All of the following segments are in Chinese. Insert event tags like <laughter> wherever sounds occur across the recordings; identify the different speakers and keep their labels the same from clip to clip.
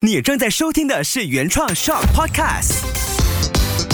Speaker 1: 你正在收听的是原创 Shock Podcast。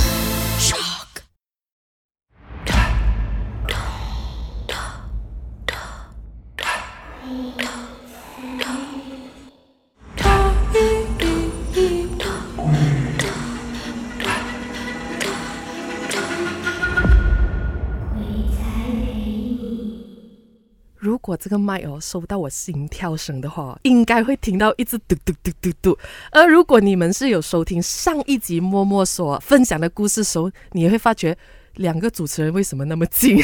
Speaker 2: 如果这个麦哦收到我心跳声的话，应该会听到一直嘟嘟嘟嘟嘟。而如果你们是有收听上一集默默所分享的故事时候，你也会发觉两个主持人为什么那么近？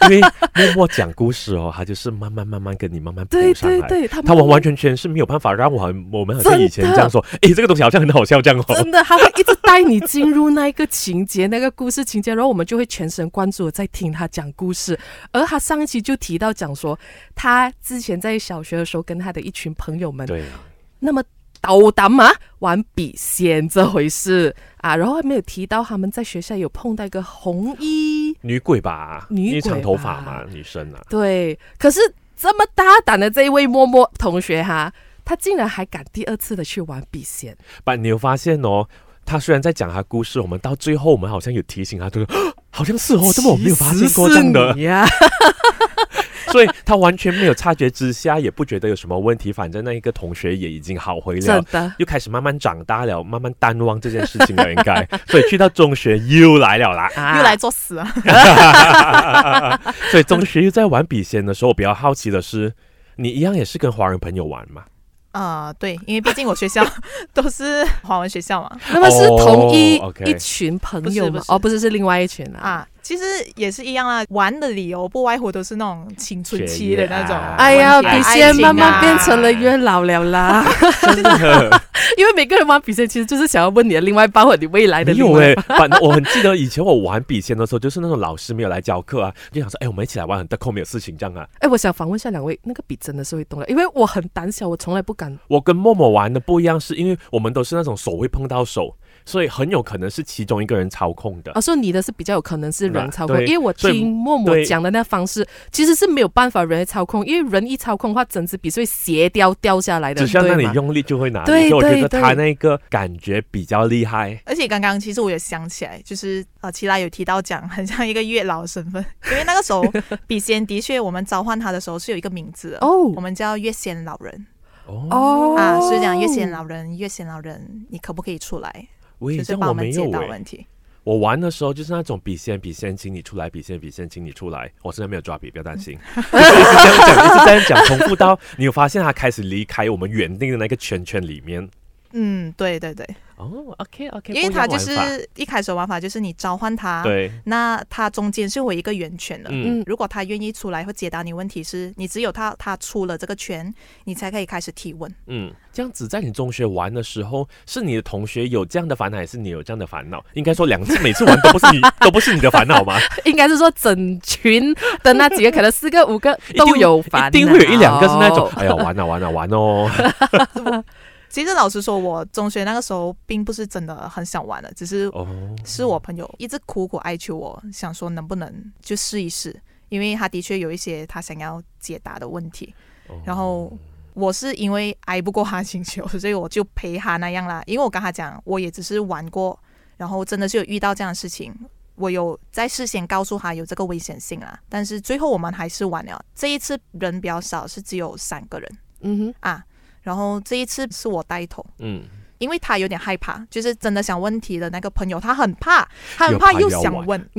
Speaker 3: 对，因为默默讲故事哦，他就是慢慢慢慢跟你慢慢补
Speaker 2: 对
Speaker 3: 上
Speaker 2: 对
Speaker 3: 来。
Speaker 2: 对，他
Speaker 3: 他
Speaker 2: 们
Speaker 3: 完完全全是没有办法让我很我们好像
Speaker 2: 真
Speaker 3: 以前
Speaker 2: 的
Speaker 3: 这样说，诶，这个东西好像很好笑这样哦。
Speaker 2: 真的，他会一直带你进入那一个情节、那个故事情节，然后我们就会全神贯注的在听他讲故事。而他上一期就提到讲说，他之前在小学的时候跟他的一群朋友们
Speaker 3: 对，
Speaker 2: 那么斗胆啊，玩笔仙这回事啊，然后还没有提到他们在学校有碰到一个红衣，
Speaker 3: 女鬼吧，
Speaker 2: 女
Speaker 3: 因为
Speaker 2: 鬼
Speaker 3: 长头发
Speaker 2: 吧
Speaker 3: 嘛，女生啊，
Speaker 2: 对，可是这么大胆的这一位默默同学哈，他竟然还敢第二次的去玩笔仙，
Speaker 3: 但你有发现哦，他虽然在讲他故事，我们到最后我们好像有提醒他，就是啊好像是哦，
Speaker 2: <laughs>
Speaker 3: 这么我没有发现过这样的
Speaker 2: 其实是，你呀、
Speaker 3: 所以他完全没有察觉之下，也不觉得有什么问题，反正那一个同学也已经好回了
Speaker 2: 真。
Speaker 4: 啊
Speaker 2: 的。
Speaker 3: 又开始慢慢长大了，慢慢淡忘这件事情了，应
Speaker 2: <laughs>
Speaker 3: 该。所以去到中学又来了啦，
Speaker 2: 啊
Speaker 4: 又来作死啊！ <laughs>
Speaker 3: 所以中学又在玩笔仙的时候，我比较好奇的是，你一样也是跟华人朋友玩
Speaker 2: <laughs>
Speaker 3: 嘛？
Speaker 4: 呃，对，因为毕竟我学
Speaker 3: <laughs>
Speaker 4: 校都是华文学校嘛，
Speaker 2: 那么是同一、
Speaker 3: 哦，OK
Speaker 2: 一群朋友吗
Speaker 4: 不是不？是
Speaker 2: 哦，不是，是另外一群啦。
Speaker 4: 啊，其实也是一样啦。玩的理由不外乎都是那种青春期
Speaker 3: 学
Speaker 4: 的
Speaker 3: 业
Speaker 4: 那种
Speaker 3: 啊。
Speaker 2: 哎呀，
Speaker 4: 问题啊
Speaker 2: 笔
Speaker 4: 爱
Speaker 2: 仙
Speaker 4: 情啊
Speaker 2: 慢慢变成了月老了啦，
Speaker 4: <laughs>
Speaker 2: 因为每个人玩笔仙其实就是想要问你的另外一半或你未来的
Speaker 3: 没
Speaker 2: 另
Speaker 3: 有
Speaker 2: 外一
Speaker 3: 哎、反正我很记得以前我玩笔仙的时候，就是那种老师没有来教课啊，就想说，哎、我们一起来玩，很得空没有事情这样啊。
Speaker 2: 哎、我想访问一下两位，那个笔真的是会动的，因为我很胆小，我从来不敢。
Speaker 3: 我跟默默玩的不一样，是因为我们都是那种手会碰到手，所以很有可能是其中一个人操控的。
Speaker 2: 啊，说你的是比较有可能是人
Speaker 3: 那
Speaker 2: 操控，
Speaker 3: 呃对
Speaker 2: 因为我
Speaker 3: 所以
Speaker 2: 听默默
Speaker 3: 对
Speaker 2: 讲的那方式，其实是没有办法人来操控，因为人一操控的话，整支笔是会斜掉掉下来的，
Speaker 3: 只需要
Speaker 2: 对
Speaker 3: 让你
Speaker 2: 吗
Speaker 3: 用力就会拿力，所
Speaker 2: 对
Speaker 3: 以我觉得
Speaker 2: 对
Speaker 3: 他
Speaker 2: 对
Speaker 3: 那个感觉比较厉害。
Speaker 4: 而且刚刚其实我也想起来，就是呃，齐拉有提到讲很像一个月老的身
Speaker 3: <laughs>
Speaker 4: 份，因为那个时候笔仙的确，我们召唤他的时候是有一个名字的，
Speaker 2: 哦
Speaker 4: 我们叫月仙老人
Speaker 3: 哦，
Speaker 2: 哦
Speaker 4: 啊，所以讲月仙老人，月仙老人，你可不可以出来？
Speaker 3: 喂，
Speaker 4: 就
Speaker 3: 这
Speaker 4: 是
Speaker 3: 样
Speaker 4: 帮
Speaker 3: 我
Speaker 4: 我
Speaker 3: 没
Speaker 4: 们解
Speaker 3: 有
Speaker 4: 答
Speaker 3: 哎、
Speaker 4: 问题。
Speaker 3: 我玩的时候就是那种笔仙，笔仙，请你出来，笔仙，笔仙，请你出来。我现在没有抓笔，不要担 <laughs> 心。一直这样讲，一直这样讲，重复到你有发现他开始离开我们原定的那个圈圈里面。
Speaker 4: 嗯，对对对，
Speaker 3: 哦，OK，OK，
Speaker 4: 因为他
Speaker 3: 不
Speaker 4: 就
Speaker 3: 一样玩法
Speaker 4: 是一开始的玩法就是你召唤他，
Speaker 3: 对，
Speaker 4: 那他中间是有一个圆圈的。
Speaker 3: 啊嗯，
Speaker 4: 如果他愿意出来或解答你问题是，你只有他他出了这个圈，你才可以开始提问。
Speaker 3: 嗯，这样子在你中学玩的时候，是你的同学有这样的烦恼，还是你有这样的烦恼？应该说两次，每次玩都不是你，都不是你的烦恼吗？ <laughs>
Speaker 2: 应该是说整群的那几个，可能四个五个
Speaker 3: 一定
Speaker 2: 都有烦啊哦
Speaker 3: 一定会有一两个是那种
Speaker 2: 恼，
Speaker 3: 哎呀，玩啊玩啊玩 <laughs> 哦，
Speaker 4: 其实老实说，我中学那个时候并不是真的很想玩的，只是
Speaker 3: 哦，
Speaker 4: 是我朋友一直苦苦哀求我，想说能不能就试一试，因为他的确有一些他想要解答的问题。
Speaker 3: 哦
Speaker 4: 然后我是因为挨不过他请求，所以我就陪他那样啦。因为我跟他讲，我也只是玩过，然后真的是有遇到这样的事情，我有在事先告诉他有这个危险性啦。但是最后我们还是玩了。这一次人比较少，是只有三个人
Speaker 2: 嗯哼，
Speaker 3: <laughs>
Speaker 4: 啊。然后这一次是我带头，
Speaker 3: 嗯，
Speaker 4: 因为他有点害怕，就是真的想问题的那个朋友，他很怕，他很怕
Speaker 3: 又
Speaker 4: 又
Speaker 3: 怕要
Speaker 4: 想
Speaker 3: 玩
Speaker 4: 问，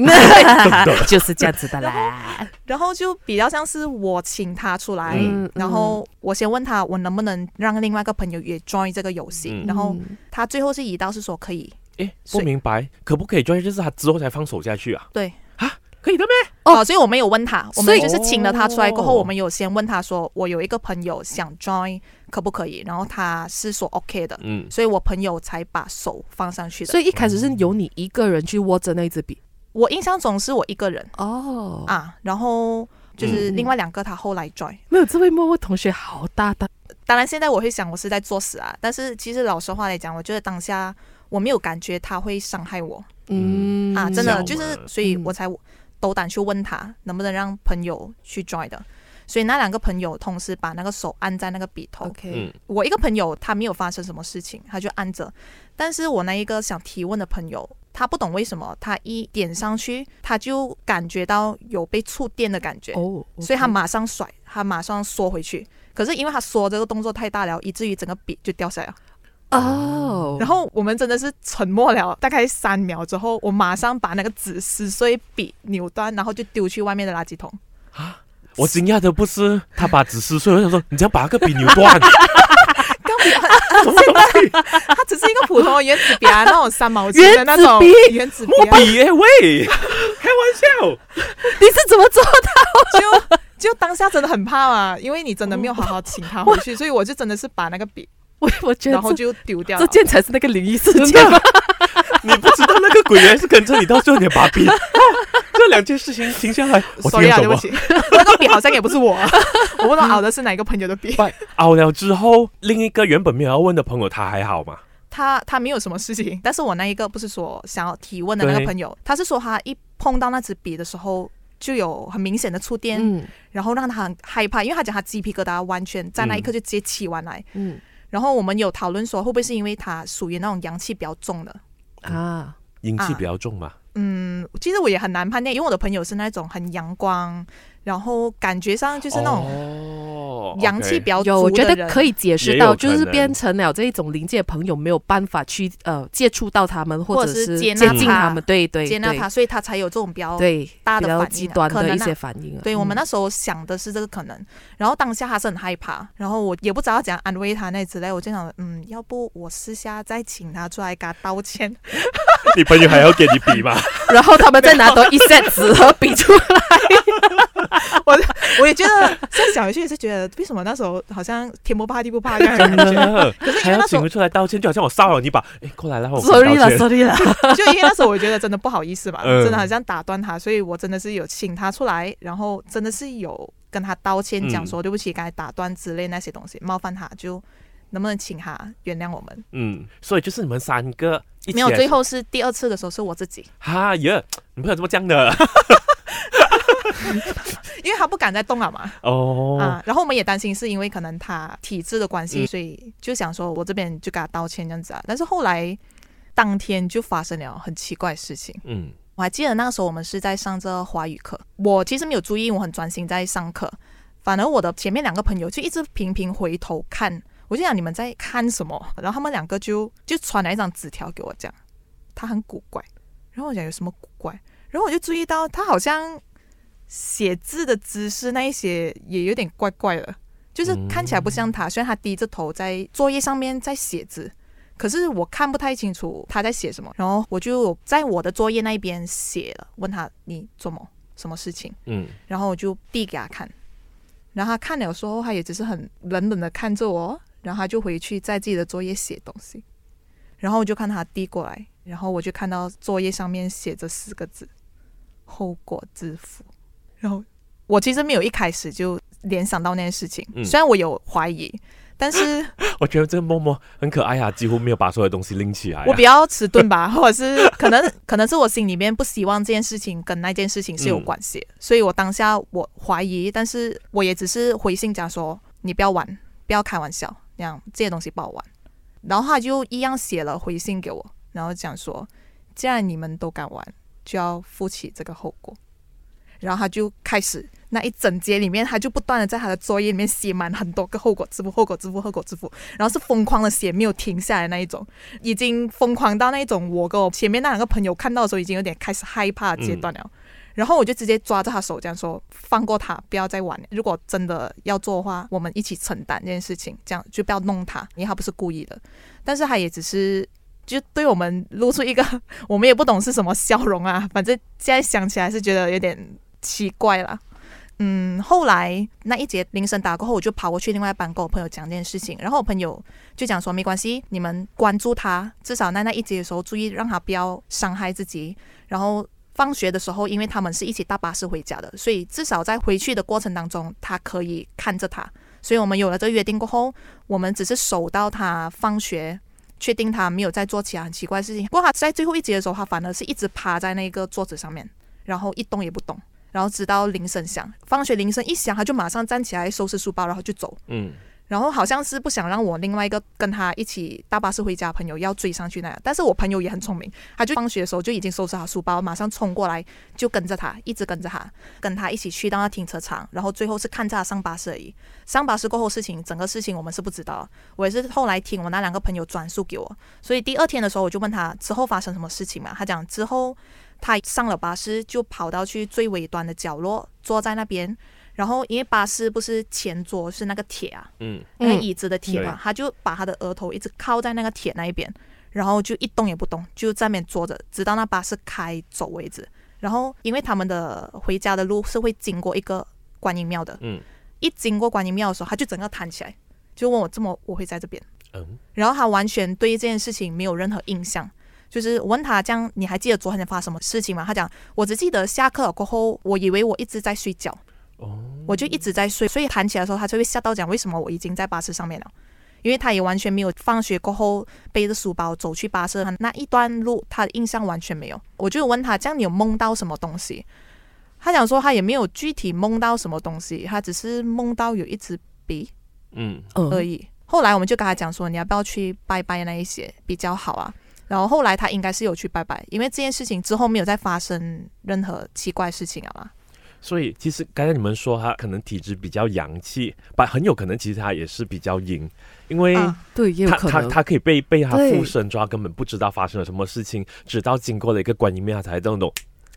Speaker 2: 就是这样子的啦。
Speaker 4: 然后就比较像是我请他出来，
Speaker 2: 嗯
Speaker 4: 然后我先问他我能不能让另外一个朋友也 join 这个游戏，
Speaker 3: 嗯
Speaker 4: 然后
Speaker 2: 嗯
Speaker 4: 他最后是移到是说可以，
Speaker 3: 诶，不
Speaker 4: 所以
Speaker 3: 明白，可不可以专业就是他之后才放手下去啊？
Speaker 4: 对
Speaker 3: 啊，可以的咩？
Speaker 4: 哦、所以我们有问他，我
Speaker 2: 所
Speaker 4: 们
Speaker 2: 以
Speaker 4: 就是请了他出来过后，
Speaker 3: 哦
Speaker 4: 我们有先问他说我有一个朋友想 join 可不可以，然后他是说 OK 的，
Speaker 3: 嗯，
Speaker 4: 所以我朋友才把手放上去的。
Speaker 2: 所以一开始是由你一个人去握着那一支笔
Speaker 4: 我印象中是我一个人
Speaker 2: 哦
Speaker 4: 啊，然后就是
Speaker 2: 嗯
Speaker 4: 另外两个他后来 join，、
Speaker 2: 没有，这位默默同学好大胆，
Speaker 4: 当然，现在我会想我是在作死啊，但是其实老实话来讲，我觉得当下我没有感觉他会伤害我
Speaker 2: 嗯
Speaker 4: 啊，真
Speaker 3: 笑
Speaker 4: 的
Speaker 3: 嘛
Speaker 4: 就是，所以我才斗胆去问他能不能让朋友去 join 的。所以那两个朋友同时把那个手按在那个笔头。
Speaker 2: ，OK，
Speaker 3: 嗯，
Speaker 4: 我一个朋友他没有发生什么事情，他就按着，但是我那一个想提问的朋友，他不懂为什么，他一点上去他就感觉到有被触电的感觉，
Speaker 2: 哦，
Speaker 4: 所以他马上甩，他马上缩回去。可是因为他缩这个动作太大了，以至于整个笔就掉下来了。
Speaker 2: 哦，
Speaker 4: 然后我们真的是沉默了大概三秒之后，我马上把那个纸撕碎笔扭断，然后就丢去外面的垃圾桶。
Speaker 3: 我惊讶的不
Speaker 4: <laughs>
Speaker 3: 是他把纸撕碎，我想说你这样把那个笔扭断，
Speaker 4: 钢笔， <laughs> 什么东西？它只是一个普通的原子笔啊，那种三毛钱的那 <laughs> 种
Speaker 2: 原子笔
Speaker 4: 原子笔
Speaker 3: 墨
Speaker 4: 啊，
Speaker 3: 笔耶喂，开玩笑，
Speaker 2: 你是怎么做的？ <laughs>
Speaker 4: 就就当下真的很怕嘛，因为你真的没有好好请他回去，所以我就真的是把那个笔，
Speaker 2: 我我觉
Speaker 4: 然
Speaker 2: 得
Speaker 4: 后
Speaker 2: 这
Speaker 4: 就丢掉
Speaker 2: 这
Speaker 4: 了。 <laughs>
Speaker 2: 件才是那个灵异事
Speaker 3: 真
Speaker 2: 件吧
Speaker 3: 的，你不知道那个鬼原来是跟着你到最后你把
Speaker 4: <laughs>
Speaker 3: 笔，啊这两件事情停下来，我听
Speaker 4: sorry
Speaker 3: 了
Speaker 4: 啊，
Speaker 3: 什
Speaker 4: <laughs> 对不
Speaker 3: 么？
Speaker 4: 起，那个笔好像也不是我， <laughs> 我不知道熬的是哪一个朋友的笔。
Speaker 3: 拜熬了之后，另一个原本没有要问的朋友他还好嘛？
Speaker 4: 他他没有什么
Speaker 2: <laughs>
Speaker 4: 事情，但是我那一个不是说想要提问的那个
Speaker 3: 对
Speaker 4: 朋友，他是说他一碰到那支笔的时候就有很明显的触电，
Speaker 2: 嗯
Speaker 4: 然后让他很害怕，因为他讲他鸡皮疙瘩完全在那一刻就直接起完来。
Speaker 2: 嗯
Speaker 4: 然后我们有讨论说会不会是因为他属于那种阳气比较重的。
Speaker 2: 啊，
Speaker 3: 阴气
Speaker 4: 啊
Speaker 3: 比较重嘛，
Speaker 4: 嗯，其实我也很难判定，因为我的朋友是那种很阳光，然后感觉上就是那种
Speaker 3: 种
Speaker 4: 阳气比较
Speaker 2: 哦有，我
Speaker 4: 足
Speaker 2: 觉
Speaker 4: 的人。
Speaker 2: 得可以解释
Speaker 3: 也
Speaker 2: 到，
Speaker 3: 有
Speaker 2: 就
Speaker 3: 可
Speaker 2: 是
Speaker 3: 能
Speaker 2: 变成了这一种灵界朋友没有办法去呃接触到他们，
Speaker 4: 或
Speaker 2: 者
Speaker 4: 者是
Speaker 2: 是
Speaker 4: 接纳
Speaker 2: 近
Speaker 4: 他
Speaker 2: 他们，对对
Speaker 4: 接纳他，
Speaker 2: 对，
Speaker 4: 所以他才有这种比较。
Speaker 2: 对
Speaker 4: 大
Speaker 2: 比
Speaker 4: 的
Speaker 2: 较
Speaker 4: 反应
Speaker 2: 极
Speaker 4: 啊
Speaker 2: 端
Speaker 4: 可
Speaker 2: 的
Speaker 4: 能
Speaker 2: 一
Speaker 4: 啊
Speaker 2: 些反应啊。
Speaker 4: 对我们
Speaker 2: 嗯
Speaker 4: 那时候想的是这个可能，然后当下他是很害怕，然后我也不知道怎样安慰他那之类，我就想，嗯，要不我私下再请他出来给他道
Speaker 3: <laughs>
Speaker 4: 歉。
Speaker 3: 你朋友还要给你比
Speaker 4: <laughs>
Speaker 3: 吗？
Speaker 2: 嗯然后他们再拿多一 set 纸和笔出来，
Speaker 4: 我也觉得，现在想回去也是觉得，为什么那时候好像天不怕地不怕啊这样的
Speaker 3: 真
Speaker 4: 感觉？
Speaker 3: 的，
Speaker 4: 是因为
Speaker 3: 还要
Speaker 4: 那时
Speaker 3: 请
Speaker 4: 候
Speaker 3: 回出来道歉，就好像我骚扰你把，哎，过来然后 <laughs> 我
Speaker 2: sorry
Speaker 3: 道
Speaker 2: 了
Speaker 3: 歉。
Speaker 2: sorry
Speaker 4: <laughs>
Speaker 2: 了，
Speaker 4: 就因为那时候我觉得真的不好意思嘛，
Speaker 3: 嗯
Speaker 4: 真的好像打断他，所以我真的是有请他出来，然后真的是有跟他道歉，讲
Speaker 3: 嗯
Speaker 4: 说对不起，刚才打断之类那些东西，冒犯他，就能不能请他原谅我们？
Speaker 3: 嗯，所以就是你们三个一起
Speaker 4: 没有，
Speaker 3: 来
Speaker 4: 最后是第二次的时候是我自己，
Speaker 3: 哈耶，你朋友怎么这
Speaker 2: <laughs>
Speaker 3: 样的？
Speaker 4: 因为他不敢再动了嘛。
Speaker 3: 哦，
Speaker 4: 啊，然后我们也担心是因为可能他体质的关系，
Speaker 3: 嗯
Speaker 4: 所以就想说我这边就给他道歉这样子啊。但是后来当天就发生了很奇怪的事情，
Speaker 3: 嗯
Speaker 4: 我还记得那时候我们是在上这华语课，我其实没有注意，我很专心在上课，反而我的前面两个朋友就一直频频回头看，我就想你们在看什么，然后他们两个就就传来一张纸条给我讲，他很古怪，然后我讲有什么古怪，然后我就注意到他好像写字的姿势那一些也有点怪怪的，就是看起来不像他，虽然他低着头在作业上面在写字。可是我看不太清楚他在写什么，然后我就有在我的作业那一边写了，问他你做么什么事情，
Speaker 3: 嗯，
Speaker 4: 然后我就递给他看，然后他看了之后，他也只是很冷冷的看着我，然后他就回去在自己的作业写东西，然后我就看他递过来，然后我就看到作业上面写着四个字“后果自负”，然后我其实没有一开始就联想到那件事情，
Speaker 3: 嗯
Speaker 4: 虽然我有怀疑，但是。
Speaker 3: 我觉得这个默默很可爱啊，几乎没有把所有东西拎起来啊。
Speaker 4: 我比较迟钝吧， <laughs> 或者是可能可能是我心里面不希望这件事情跟那件事情是有关系，
Speaker 3: 嗯
Speaker 4: 所以我当下我怀疑，但是我也只是回信讲说你不要玩，不要开玩笑，那样这些东西不好玩。然后他就一样写了回信给我，然后讲说既然你们都敢玩，就要负起这个后果。然后他就开始那一整节里面，他就不断的在他的作业里面写满很多个后果自负、后果自负、后果自负，然后是疯狂的写，没有停下来那一种，已经疯狂到那一种，我跟我前面那两个朋友看到的时候，已经有点开始害怕的阶段了。然后我就直接抓着他手，这样说：“放过他，不要再玩了。如果真的要做的话，我们一起承担这件事情，这样就不要弄他，因为他不是故意的。但是他也只是就对我们露出一个我们也不懂是什么笑容啊， <laughs> 反正现在想起来是觉得有点奇怪啦。嗯，后来那一节铃声打过后，我就跑过去另外一班跟我朋友讲这件事情，然后我朋友就讲说没关系，你们关注他，至少在那一节的时候注意让他不要伤害自己，然后。放学的时候，因为他们是一起搭巴士回家的，所以至少在回去的过程当中，他可以看着他。所以我们有了这个约定过后，我们只是守到他放学确定他没有在做其他很奇怪的事情。不过他在最后一节的时候，他反而是一直趴在那个桌子上面，然后一动也不动。然后直到铃声响，放学铃声一响，他就马上站起来收拾书包，然后就走。
Speaker 3: 嗯，
Speaker 4: 然后好像是不想让我另外一个跟他一起搭巴士回家的朋友要追上去那样，但是我朋友也很聪明，他就放学的时候就已经收拾好书包，马上冲过来就跟着他，一直跟着他，跟他一起去到那停车场，然后最后是看着他上巴士而已。上巴士过后事情，整个事情我们是不知道的，我也是后来听我那两个朋友转述给我，所以第二天的时候我就问他之后发生什么事情嘛，他讲之后他上了巴士就跑到去最尾端的角落坐在那边。然后，因为巴士不是前座是那个铁啊，
Speaker 3: 嗯，
Speaker 4: 那个
Speaker 2: 嗯
Speaker 4: 椅子的铁嘛
Speaker 3: 对，
Speaker 4: 他就把他的额头一直靠在那个铁那一边，然后就一动也不动，就在那边坐着，直到那巴士开走为止。然后，因为他们的回家的路是会经过一个观音庙的，
Speaker 3: 嗯，
Speaker 4: 一经过观音庙的时候，他就整个弹起来，就问我怎么我会在这边，
Speaker 3: 嗯，
Speaker 4: 然后他完全对这件事情没有任何印象。就是我问他这样，你还记得昨天发生什么事情吗？他讲，我只记得下课了过后，我以为我一直在睡觉，
Speaker 3: 哦，
Speaker 4: 我就一直在睡，所以弹起来的时候，他就会吓到讲为什么我已经在巴士上面了，因为他也完全没有放学过后背着书包走去巴士那一段路，他的印象完全没有。我就问他，这样你有梦到什么东西？他讲说他也没有具体梦到什么东西，他只是梦到有一支笔
Speaker 3: 嗯，
Speaker 4: 而
Speaker 2: 嗯，
Speaker 4: 已。后来我们就跟他讲说，你要不要去拜拜那一些比较好啊？然后后来他应该是有去拜拜，因为这件事情之后没有再发生任何奇怪事情了啦。
Speaker 3: 所以其实刚才你们说他可能体质比较阳气，但很有可能其实他也是比较阴，因为
Speaker 4: 啊
Speaker 2: 对，也有
Speaker 3: 他
Speaker 2: 可
Speaker 3: 他
Speaker 2: 能。
Speaker 3: 他可以被被他
Speaker 2: 对
Speaker 3: 附身抓，根本不知道发生了什么事情，直到经过了一个观音庙，他才懂懂，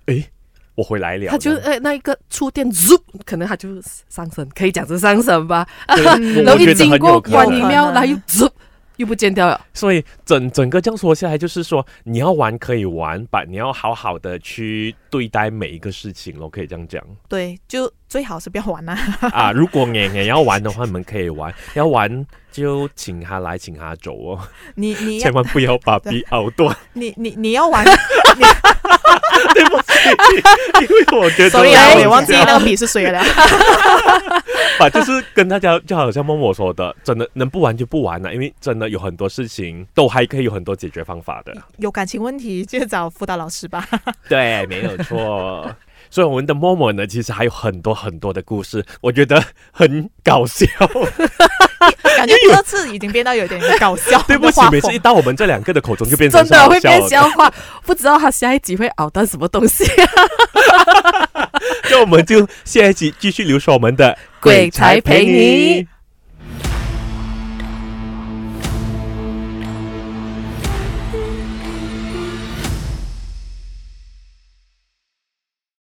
Speaker 3: 诶，我回来了。
Speaker 2: 他就哎，那一个触电 z 可能他就上升，可以讲是上升吧。 <laughs>
Speaker 3: 对我
Speaker 2: 然后
Speaker 3: 我觉
Speaker 2: 一
Speaker 3: 得
Speaker 2: 经
Speaker 3: 很
Speaker 2: 过
Speaker 3: 有可
Speaker 2: 观
Speaker 3: 能
Speaker 2: 音
Speaker 4: 可
Speaker 2: 庙，
Speaker 4: 能
Speaker 2: 然后又 z 又不见掉了。
Speaker 3: 所以整整个这样说下来，就是说你要玩可以玩，把你要好好的去对待每一个事情咯，可以这样
Speaker 4: <laughs>
Speaker 3: 讲
Speaker 4: 对，就最好是不要玩啦、
Speaker 3: 啊。如果你你要玩的话，你们可以玩，要玩就请他来，请他走哦，
Speaker 4: 你你要
Speaker 3: 千万不要把笔咬
Speaker 4: <laughs>
Speaker 3: 断。
Speaker 4: 你你你
Speaker 3: <laughs>
Speaker 4: 要玩
Speaker 3: 对不起，因为我觉得
Speaker 4: ，sorry
Speaker 3: 我
Speaker 4: 啊，
Speaker 3: 要
Speaker 4: 我也忘记
Speaker 3: 这样
Speaker 4: 那个笔是谁了。
Speaker 3: 吧，就是跟大家就好像默默说的，真的能不玩就不玩了、啊因为真的有很多事情都还可以有很多解决方法的。
Speaker 4: 有感情问题就找辅导老师
Speaker 3: <laughs>
Speaker 4: 吧。
Speaker 3: 对，没有错。所以我们的默默呢，其实还有很多很多的故事，我觉得很搞
Speaker 2: <laughs>
Speaker 3: 笑。，
Speaker 4: 感觉第二次已经变到有点搞笑
Speaker 3: 对不起
Speaker 4: 画，风
Speaker 3: 每次一到我们这两个的口中就变成
Speaker 2: 真的会变
Speaker 3: 笑了，
Speaker 2: 消化，不知道他下一集会熬到什么东西。
Speaker 3: 那我们就下一集继续留守我们的
Speaker 2: 鬼才陪你。